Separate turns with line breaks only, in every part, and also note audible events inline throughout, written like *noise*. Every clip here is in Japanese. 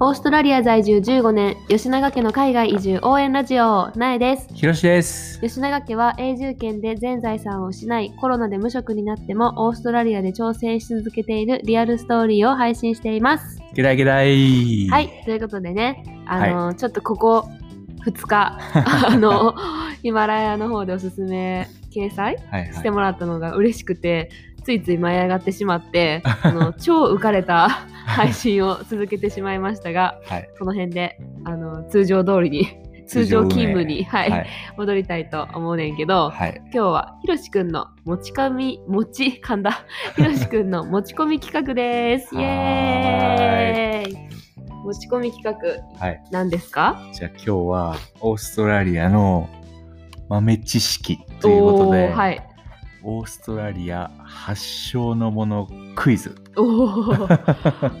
オーストラリア在住15年、吉永家の海外移住応援ラジオ、なえです。
ひろしです。
吉永家は永住権で全財産を失い、コロナで無職になってもオーストラリアで挑戦し続けているリアルストーリーを配信しています。
ゲダイゲダイ。
はい。、ということでね、あの、ちょっとここ2日、
*laughs*
あの、ヒマラヤの方でおすすめ掲載
はい
し
は
てもらったのが嬉しくて、ついつい舞い上がってしまって、あ
*laughs*
の超浮かれた配信を続けてしまいましたが、
はい
この辺であの通常通り
*laughs*
に、通常勤務に、はい
い。はい。
戻りたいと思うねんけど、
はい。
今日はひろしくんの持ち込み、持ち、噛ん
*laughs*
だ、ひろしくんの持ち込み企画です。イエーイ持ち込み企画、
はい
何ですか
じゃあ今日はオーストラリアの豆知識ということで、
おーはい。
オーストラリア発祥のものクイズ。
おー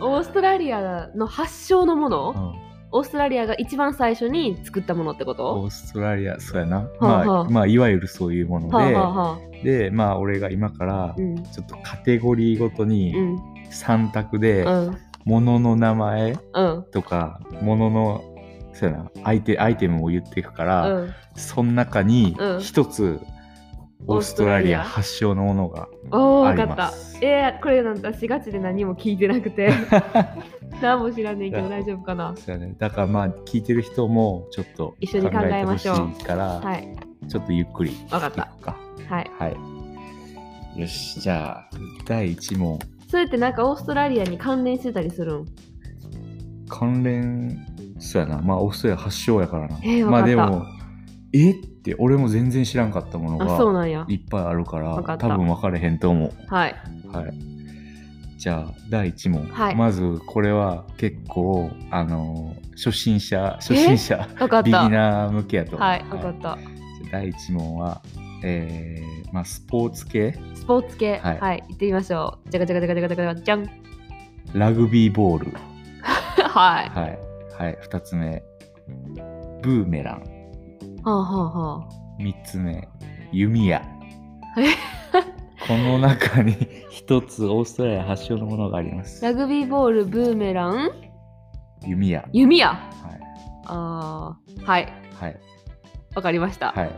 *laughs*
オーストラリアの発祥のもの、
うん
オーストラリアが一番最初に作ったものってこと
オーストラリア、そうやな。
はあ
ま
は
あ、
あ
まあ、いわゆるそういうもので、
はあ、はあはあ、
で、まあ、俺が今から
う、ん
ちょっとカテゴリーごと
う
に
ん
3択で
う、ん
ものの名前
うん
とか、ものの、そうやな、アイテアイテムを言っていくから、
うん
その中に
うん
一つ、
オ
オ
ー
ー
ス
ス
ト
ト
ラ
ラ
リ
リ
ア
ア発祥のものが。
おお
あ
分
り
かっ
ま
た
す
えー、これなんか私ガチで何も聞いてなくて何も知らねえけど大丈夫かな
*laughs* そうやね、だからまあ聞いてる人もちょっと
一緒に考えましょう
考えてほしいから、
はい
ちょっとゆっくりい
分かっ
く
た
か。
はい
はい。よし、じゃあ第1問。
それってなんかオーストラリアに関連してたりするん
関連、そうやな、まあオーストラリア発祥やからな。
えーわ
ま
かっ
あ
た
でも、えって俺も全然知らんかったもの
あそう
が
なんや
いっぱいあるから
わかった
多分分かれへんと思う。
はい
はい。じゃあ第1問、
はい
まずこれは結構あの初心者初心者
分かっ
ビギ
た
ナー向けやと思う
はい分かった
じゃあ第1問は、えーまあ、スポーツ系
スポーツ系は、
はいい
行ってみましょうじゃがじゃがじゃがじゃがじゃがじゃん
ラグビーボール
はいは
はい、はい、2つ目ブーメラン
あはあは
3つ目弓矢
え
この中に1つオーストラリア発祥のものがあります
あラグビーボールブーメラン
弓矢
弓矢
はい
あーはい
はい
わかりました、
はい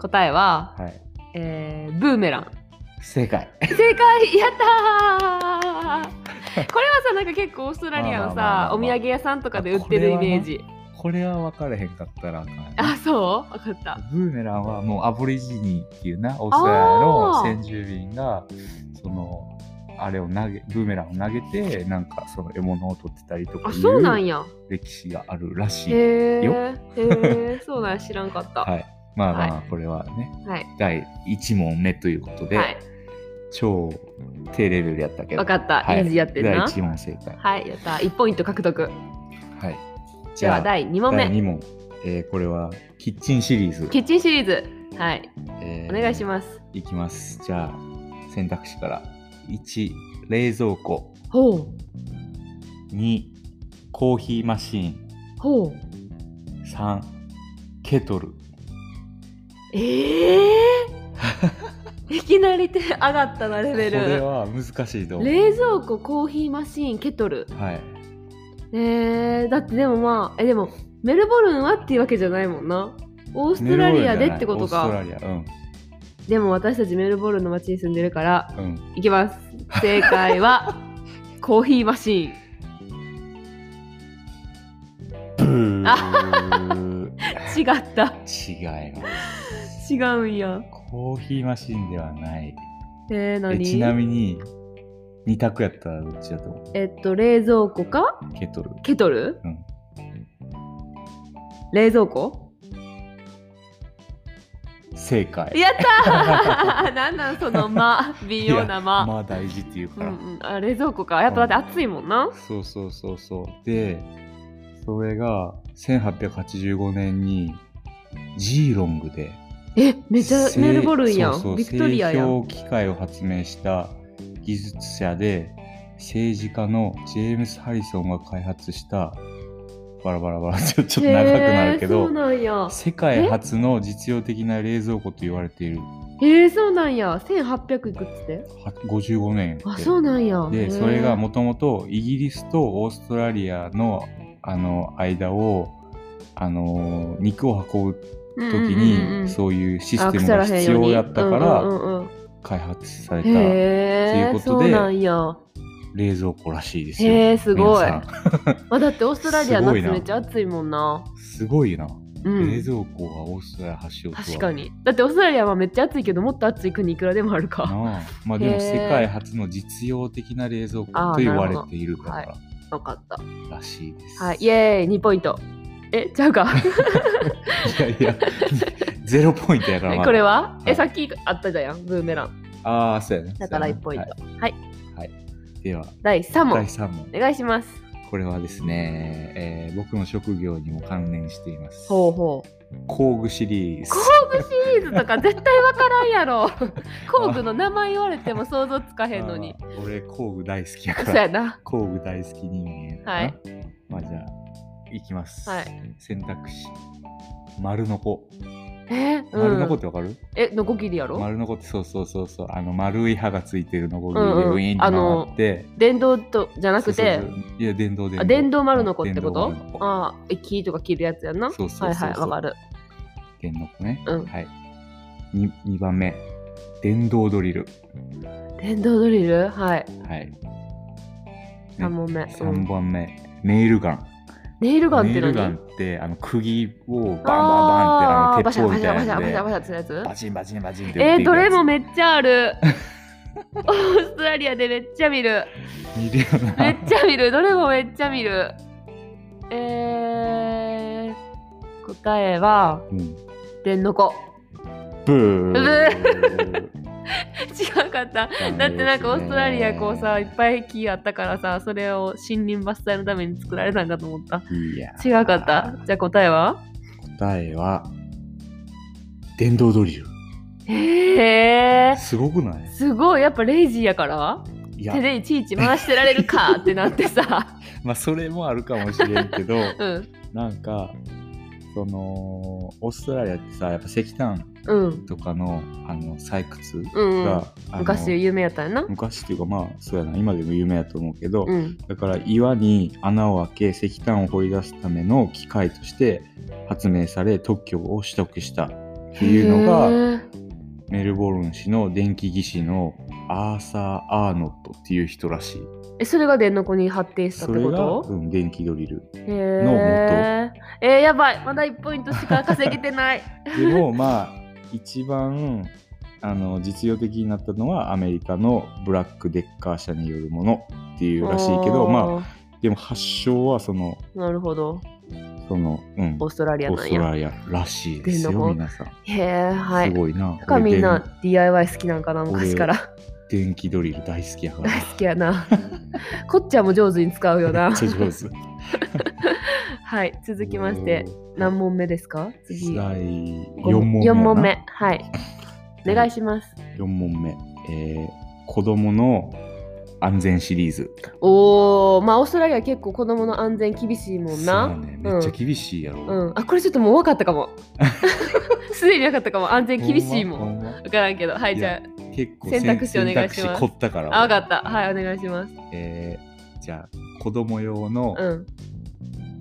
答えは、
はい
えーブーメラン
正解 *laughs*
正解やったーこれはさなんか結構オーストラリアの
まあまあまあま
さ
あ
お土産屋さんとかで売ってるイメージ
これは分からへんかったらあかんやな
あそうわかった
ブーメランはもうアボリジニーっていうなオーストラリアの先住民がそのあれを投げブーメランを投げてなんかその獲物を取ってたりとか
あ
い
そうなん
う
や
歴史があるらしい。
へえ
よ
へえそうなんや知らんかったは
はい、まあま
は
あこれはね、
い
第1問目ということで、
はい
超低レベルやったけど
わかった、
は
イ
い
ージーやってん
第
な
1問正解。
はいやった1ポイント獲得
はい、じ
で
ゃ
は
あ
第2問目
第2問、えーこれはキッチンシリーズ。
キッチンシリーズはい
え
お
ー
願いします、
いきます。じゃあ選択肢から1冷蔵庫
ほう
2コーヒーマシーン
ほう
3ケトル
ええ *laughs* いきなり手上がったなレ
こ
ベ
れ
ル
は難しいと思う。
冷蔵庫コーヒーマシーンケトル
はい、
えー、だってでもまあえでもメルボルンはっていうわけじゃないもんなオーストラリアでってこと
オー
か
ストラリア、うん
でも私たちメルボルンの町に住んでるから
うん。
いきます正解
*laughs*
はコーヒーマシ
ブー
ーン違った
違います。
違うんや
コーヒーマシーンではない。
えー、
えちな
何
みに2択やったらどっちだと思
えっと冷蔵庫か
うケトル。
ケトル、
うん
冷蔵庫
正解。
やった
*laughs*
ーなんなんその間微妙な間、
まあ大事っていう
う
から。
んうん、あ冷蔵庫かやっぱだって暑いもんな
そうそうそうそう。で、それが1885年にジーロングで、
えめちゃ
製
メルボルンやん
そうそう
ビクトリアやん
製氷機械を発明した技術者で、政治家のジェームス・ハリソンが開発した、バラバラバラ、 *laughs* ちょちょっと長くなるけ
へー
ど
そう、なんや
世界初の実用的な冷蔵庫と言われている
えー、そうなんや1800いくっつって
は55年やって
あそうなんや
でそれが
も
もともとイギリスとオーストラリアのあの間をあの肉を運ぶ
うんうん
時
うんうん
にそういうシステムが必要やったか
うん
ら
うんうんうん
開発された
へ
というこ
え
と
そう
で
なんや
冷蔵庫らしいですよ。
へえすごい
皆さ
まあ、だってオーストラリア
すご
夏
いな
めっちゃ暑いもんな。
んすごいな、
う
冷
ん、
蔵庫がオーストラリア発祥とは
確かに。だってオーストラリアはめっちゃ暑いけどもっと暑い国いくらでもあるか。
なあまあで
へえ
も世界初の実用的な冷蔵庫
あー
と言わ
なる
れ
ほど
ているから
分かった。
らしいです。
はい、イエーイ2ポイント。えちゃう
*laughs*
か
いやいや、ゼロポイントやから、ま
*laughs*
だ
これは
は
え
い
さっきあったじゃんブーメラン。
ああ、そうやね。
だから
そう
1
やね
ポイント。はい、
はい。はい、では、
第3
第
問
3問。
お願いします。
これはですね、えー僕の職業にも関連しています。
ほうほう。
工具シリーズ。
工具シリーズとか絶対分からんや
*laughs*
ろ。工具の名前言われても想像つかへんのに。
あー。俺、工具大好きやか
そう
ら。
やな。
工具大好き人間。
はい。
まあじゃあ、いきます。
はい
選択肢。丸のこ。
え、う
丸のこっ
ん、
てわかる、
えノコギリやろ
丸のこってそうそうそうそう。あの丸い刃がついてるのこぎり
うん
で
うん
ウィーンって回って。
電動とじゃなくて。
そうそうそういや、電動電動。
あ電動丸のこってこ
電動
と
丸のこ
ああ、え木とか切るやつやんな。
そうそうそうそ
は
う
いはい、わかる。
電動ね。
うん
はい。に二番目、電動ドリル。
電動ドリルはい。
はい。
3問目。う
三
ん
番目、ネイルガン。
ネイルガンっ
ネ
て
イル
何
ガンってあの釘をバンバンバン
あーバ
ってあの鉄
シャ
砲
バ
み
シャ
た
バ
い
シャ
なん
バシ
で
ャバシャってやつ
バチンバチンバチンって
えー、どれも
め
めっちゃあ *laughs* る。オーストラリアでめっちゃ見る。
見るよ
め
な
っちゃ見る。どれもめっちゃ見る。えー、答えは、
うん
電の子。
ブー
ブ
ー
違うかった。だってなんかオーストラリアこうさ、いっぱい木あったからさ、それを森林伐採のために作られたんかと思った。
いや
違うかった。じゃあ答えは
答えは電動ドリル
へえ
すごくない
すごいやっぱレイジーやから
いや
手でいちいち回してられるかってなって *laughs* さ
まあそれもあるかもしれんけど
うん
なんかそのオーストラリアってさやっぱ石炭
うん
とかのあの採掘が、
うんうん
あの
昔有名やったよな
昔っていうかまあそうやな今でも有名やと思うけど、
うん
だから岩に穴を開け石炭を掘り出すための機械として発明され特許を取得したっていうの
へ
が
ー
メルボルン市の電気技師のアーサー・アーノットっていう人らしい
えそれが電の子に発展したっ
そ
て
れ
こ
が、
と
うん、電気ドリル
へええー、やばいまだ1ポイントしか稼げてない
でもまあ一番あの実用的になったのはアメリカのブラック・デッカー社によるものっていうらしいけどまあ
あ
でも発祥はその
なるほど
その、うん、
オーストラリア
オー
な
ス
ん
ト
や
ラリアらしいです
電動
よ皆さん、
へえは
す
い
ごいな
だからみん
こ
な DIY 好きなんかな
俺
昔から
れ電電気ドリル大好きやから
大好きや
*laughs*
なこっちゃんも上手に使うよな
めっち
*laughs*
ゃ上手
はい、続きまして、何問目ですか次。
第
五
4問目
四
やな
問目。
*laughs*
はい。お願いします。
4問目えー子供の安全シリーズ
おー、まあオーストラリア結構子供の安全厳しいもんな。
そうねめっちゃ厳しいやろ、
うん。あ、これちょっともう分かったか
*laughs*
も。すでに分かったかも。安全厳しい
ほ
もん。
んまほんま
分からんけど。はい、
い
じゃ
や結構
選択肢お願いします
選択肢凝ったから
あ。あ、分かった。はい、お願いします。
えーじゃあ子供用の
うん。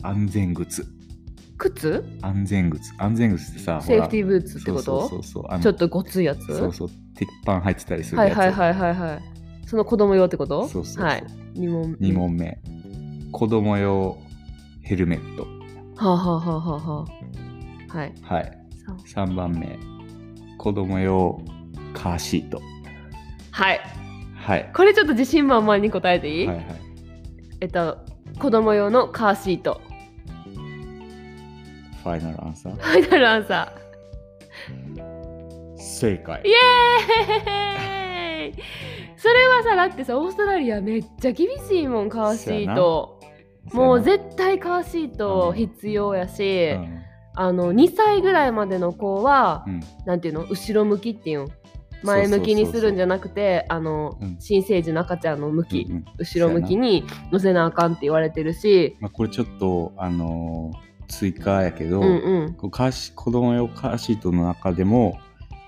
安全靴、
靴
安全靴安全靴ってさ
セーフテ
ィ
ィーブーツってこと
そうそうそうそうあの
ちょっとごついやつ
そうそう鉄板入ってたりする
は
や
い
つ、
はいはいはいはい。その子供用ってこと
そうそうそう
はい。2問目。
2問目子供用ヘルメット
はあ、はあはあはあはあ、はい。
はい
そう
3番目子供用カーシート
はい。
はい
これちょっと自信満々に答えていい、
はいはい
えっと子供用のカーシート
ファイナルアンサー
ファイナルアンサ
正解
イエーイそれはさだってさオーストラリアめっちゃ厳しいもんカーシートもう
そうや
絶対カーシート必要やし、
な
あの2歳ぐらいまでの子は、
うん、うん
なんていうの後ろ向きっていうん
うそう
前向きにするんじゃなくてあの、
うん
新生児の赤ちゃんの向き、
うんうん
後ろ向きに乗せなあかんって言われてるし
まあ、これちょっとあのー追加やけど、
うんうん
こうカーシ子供用カーシートの中でも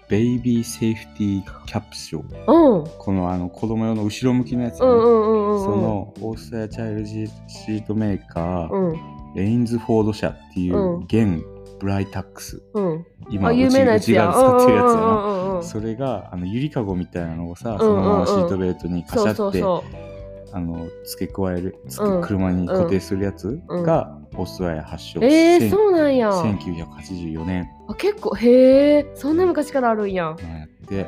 ベイビーセーフティーキャプション
うん
このあの子供用の後ろ向きのやつね、
うんうんうんうんうん
そのオーストラリアチャイルドシートメーカー
うん
レインズフォード社っていううん現ブライタックス、
うん。
今
あ、
うち
有名なや
う
つ
ち
や。
が使ってるやつだ
うん
な、
うんうんうん
それがあのゆりかごみたいなのをさ、
ん
そのま
うんうん
まシートベルトにカシ
そう
ャ
そ
っ
う
て
そう。
あの付け加えるつけ
うん
車に固定するやつ
うん
がオーストラリア発祥、
えー、
千
そうなんや。
1984年
あ結構、へえ、そんな昔からあるんや。
のやって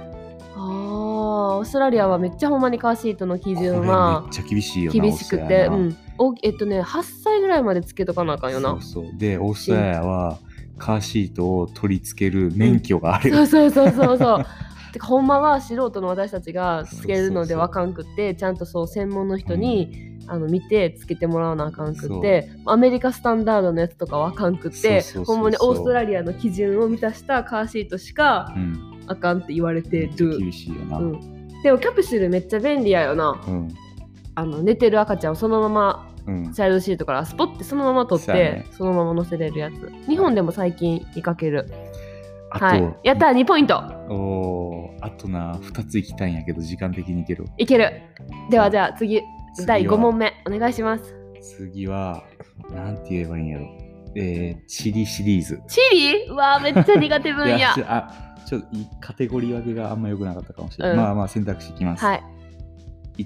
あーオーストラリアはめっちゃほんまにカーシートの基
これめ
準
っ
は
ちゃ厳しいよな
厳しく
オーストラリ
て、
ア
う、
なん
おえっとね8歳ぐらいまでつけとかなあかんよな
そうそうでオーストラリアはカーシートを取り付ける免許があるよ、
そうそうそうそうそう *laughs* てかほんまは素人の私たちがつけるのでわかんくってちゃんとそう専門の人に、あの見てつけてもらわなあかんくってアメリカスタンダードのやつとかわかんくって
そうそうそうそう
ほんまにオーストラリアの基準を満たしたカーシートしか
うん、
あかんって言われ
め
て
っちゃ
る、
厳しいよな、
う
うん
ん、でもキャプシュルめっちゃ便利やよな
うん
あの寝てる赤ちゃんをそのままチャイルドシートからスポッてそのまま取って、
そうやね
そのまま乗せれるやつ日本でも最近見かける
あと、
はいやったー2ポイント
おーあとな2つ行きたいんやけど時間的にいける
いけるではじゃあ次
次は
第5問目お願いします
次はなんて言えばいいんやろえー、チリシリーズ
チリうわーめっちゃ苦手分野
*laughs* いやちょあちょっといカテゴリー分けがあんま良くなかったかもしれない、
うん
まあまあ選択肢いきます、
はい
1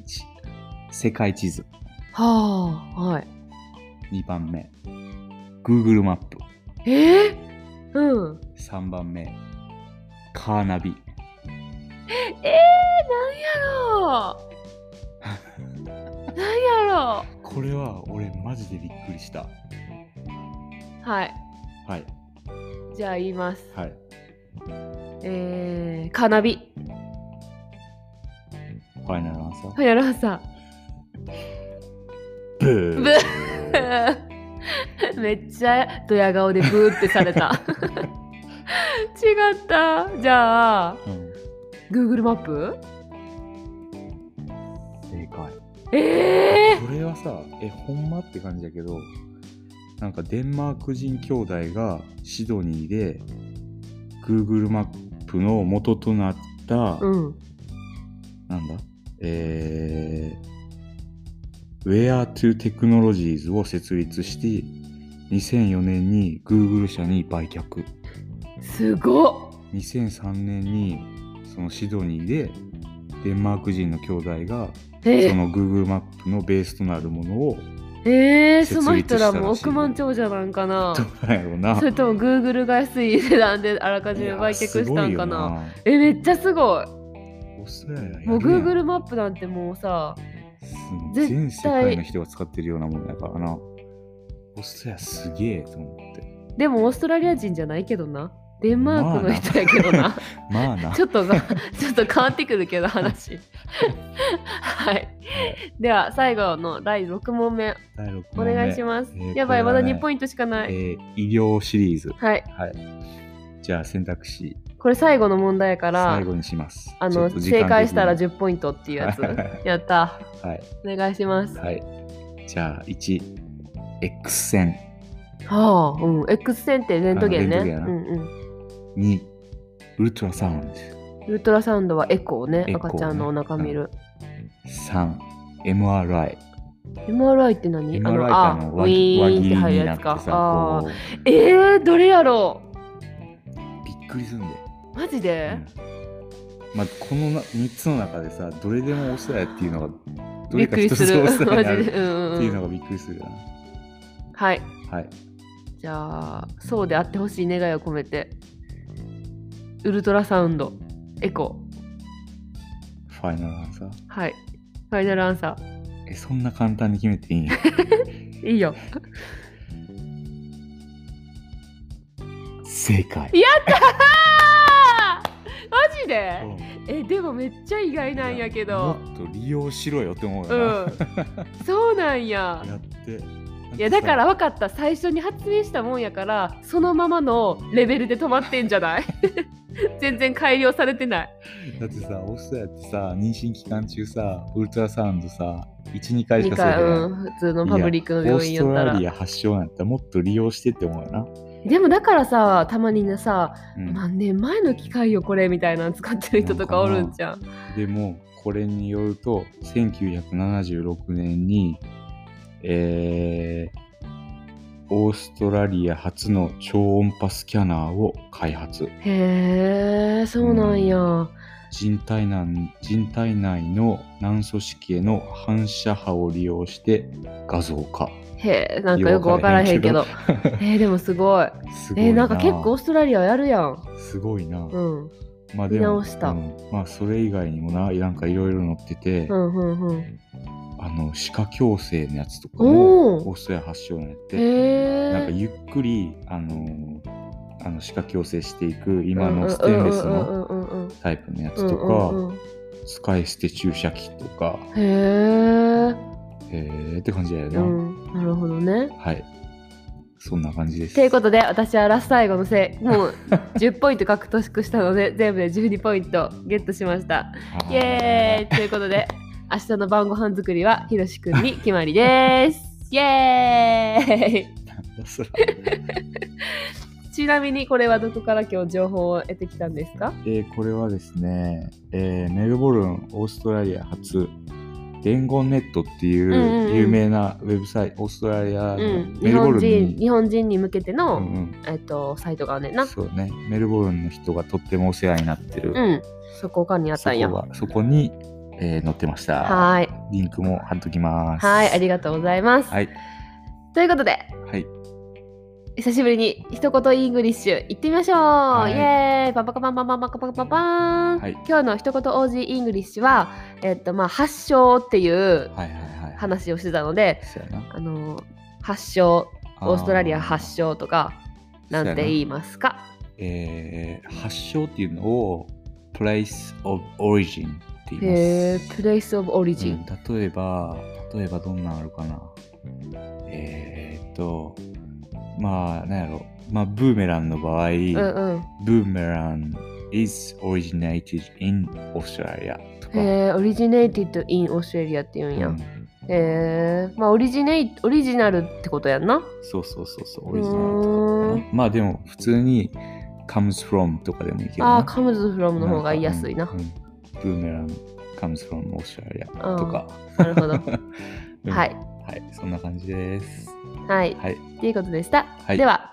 世界地図
はあはい
2番目 Google マップ
えー、うん
3番目カーナビ
なんやろ
*laughs*
うなんやろ
これは俺マジでびっくりした
うはい
はい
じゃあ言います
はい
えー、カーナビ
ファイナルアンサー
ファイナルアンサー
ブー
ブー *laughs* めっちゃドヤ顔でブーってされた *laughs* 違ったじゃあ
うん
Google マップ
正解
ええ
これはさえほんまって感じだけどなんかデンマーク人兄弟がシドニーで Google マップの元となった、
うん
なんだえー、Where to Technologies を設立して2004年に Google 社に売却
すごっ
2003年にそのシドニーでデンマーク人の兄弟が
え
その Google マップのベースとなるものを
えー、
設立
その人らも
したらしい
億万長者なんかな
どうなんやろうな。
それとも Google が安い値段であらかじめ売却したんかなえめっちゃすごい
オーストラリアやるやん
もう Google マップなんてもうさ絶対
全世界の人が使ってるようなもんだからな。オーストラリアすげえと思って。
でもオーストラリア人じゃないけどなデンマークの人やけどな
まあ *laughs* な。
ちょっとなちょっと変わってくるけど話はいでは最後の第6問目
第六
お
問目
願いします、
えー
やばい、
こ
ま
れ
だ
はね
2ポイントしかない、
えー医療シリーズ。
はい
はい。じゃあ選択肢、
これ最後の問題やから
最後にします。
あ
ちょ
の
っと時間的に
正解したら10ポイントっていうやつやった
はい。
お願いします
はい。じゃあ1、X 線。
はあうん X 線ってレントゲンね
あレントゲンやな
うんうん
2、ウルトラサウン
ウルトラサウンドはエコーね
エコーね
赤ちゃんのお腹見る、
ド。3、MRI。
MRI って何
MRI ってあの、
ウ
輪
ィ
切輪
ーン
切
って
り
入るや
になっ
つ
て
か
さ
あ、
こう。
ーえー、どれやろ
びっくりすんで、
うマジで、
まあ、このな3つの中でさどれでもオーストラリアっていうのが
び
どれ
っ
か
くり
1
す
つ
る。
オーストラリアにある
マジでうん
って
うん
いうのがびっくりするよな、
はい。
はい
じゃあ、そうであってほしい願いを込めて、ウルトラサウンド、エコー、
ファイナルアンサー
はい。ファイナルアンサ
えそんな簡単に決めていいんや
ー。いいよ。
正解
やったーマジで
うん
え、でもめっちゃ意外なんやけど。
もっと利用しろよって思う
う
よ
ん。そうなんや
な、。やって
いやだから分かった最初に発明したもんやからそのままのレベルで止まってんじゃ
*laughs*
ない全然改良されてない
だってさオーストラリアってさ妊娠期間中さウルトラサウンドさ12回し
2
かそ
回、
うだ
う
よ
ん、普通のパブリックの
オー
病院
ス
や
ト
った
ラ
ら
リア発祥なんてもっと利用してって思うよな、
でもだからさたまにねさ
うん
何年前の機械よこれみたいなの使ってる人とかおるんじゃん
でもこれによると1976年に、えーオーストラリア初の超音波スキャナーを開発
へえそうなんや、
人体内人体内の軟組織への反射波を利用して画像化
へえなんかよく分からへんけど
よくわからへんけ
えーでもすごい
すごい
えーなんか結構オーストラリアやるやん
すごいな、
うん
まあ
見直した
うんまあそれ以外にもななんかいろいろ載ってて、
うんうんうん
あの歯科矯正のやつとか
おー
もオーストラリア発祥のやって、
へえ
なんかゆっくりあのあの歯科矯正していく今のステンレスの
の
タイプのや
う
つ
ん
と
うん
か
うん
使い捨て注射器とか
へえ
へえって感じだよ
う
な、
んなるほどね
はいそんな感じです
ということで私はラス最後のせいもう10ポイント獲得したので全部で12ポイントゲットしましたイエーイということで明日の晩ご飯作りはひろしくんに決まりですイエーイ
ーイそら
ちなみにこれはどこから今日情報を得てきたんですか
えーこれはですね、えーメルボルンオーストラリア初伝言ネットってい
んうんうん
う有名なウェブサイト、オーストラリアの
うん、
メ
日
ルボ
本
ルン
人
に、
日本人に向けての、
うんうん
えっと、サイトがねな
そうねメルボルンの人がとってもお世話になってる、
うんそこかにあっ
そ
たんや
こ
は
がそこに、えー載ってました
ーい
リンクも貼っときます
はいありがとうございます、
はい
ということで
はい
久しぶりに一言イングリッシュ行ってみましょう、
い
イエーイパンパカパンパンパンパカパンパンパン、
はい
今日の一言 OG イングリッシュは、えっとまあ、発祥っていう
はいはいはいはい
話をしてたので、
そうやな
あの発祥
あ
オーストラリア発祥とかなんて言いますか
えー発祥っていうのを place of origin って言います
へープレイスオブオリジン
うん例えば例えばどんなんあるかなえー、っとまあなんやろまあブーメランの場合、
うんうん
ブーメラン is originated in Australia とか、
へーオリジネイティッド・イン・オーストラリアって言うんや、
うん
へーまあオリジネイオリジナルってことやんな
そうそうそうそうオリジナルとか
う
かなまあでも普通に comes from とかでもいいけどな
ああカムズ・フロムの方が言いやすいな
うんうんブーメラン comes from Australia
うん
とか、
なるほど
うん
はい
はいそんな感じです
はい
はい
ということでした。
はい
では、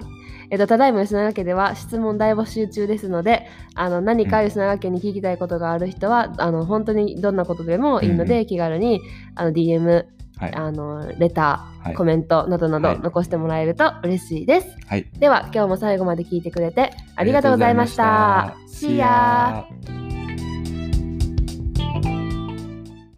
えっと、ただいま吉永家では質問大募集中ですので、あの何か吉永家に聞きたいことがある人は、あの本当にどんなことでもいいの
うん
で、気軽にあの DM、
はい
あのレター、
はい
コメントなどなど、
はい
残してもらえると嬉しいです。
はい
では、今日も最後まで聞いてくれてありがとうございました。
ありがとうございました
See ya!
See ya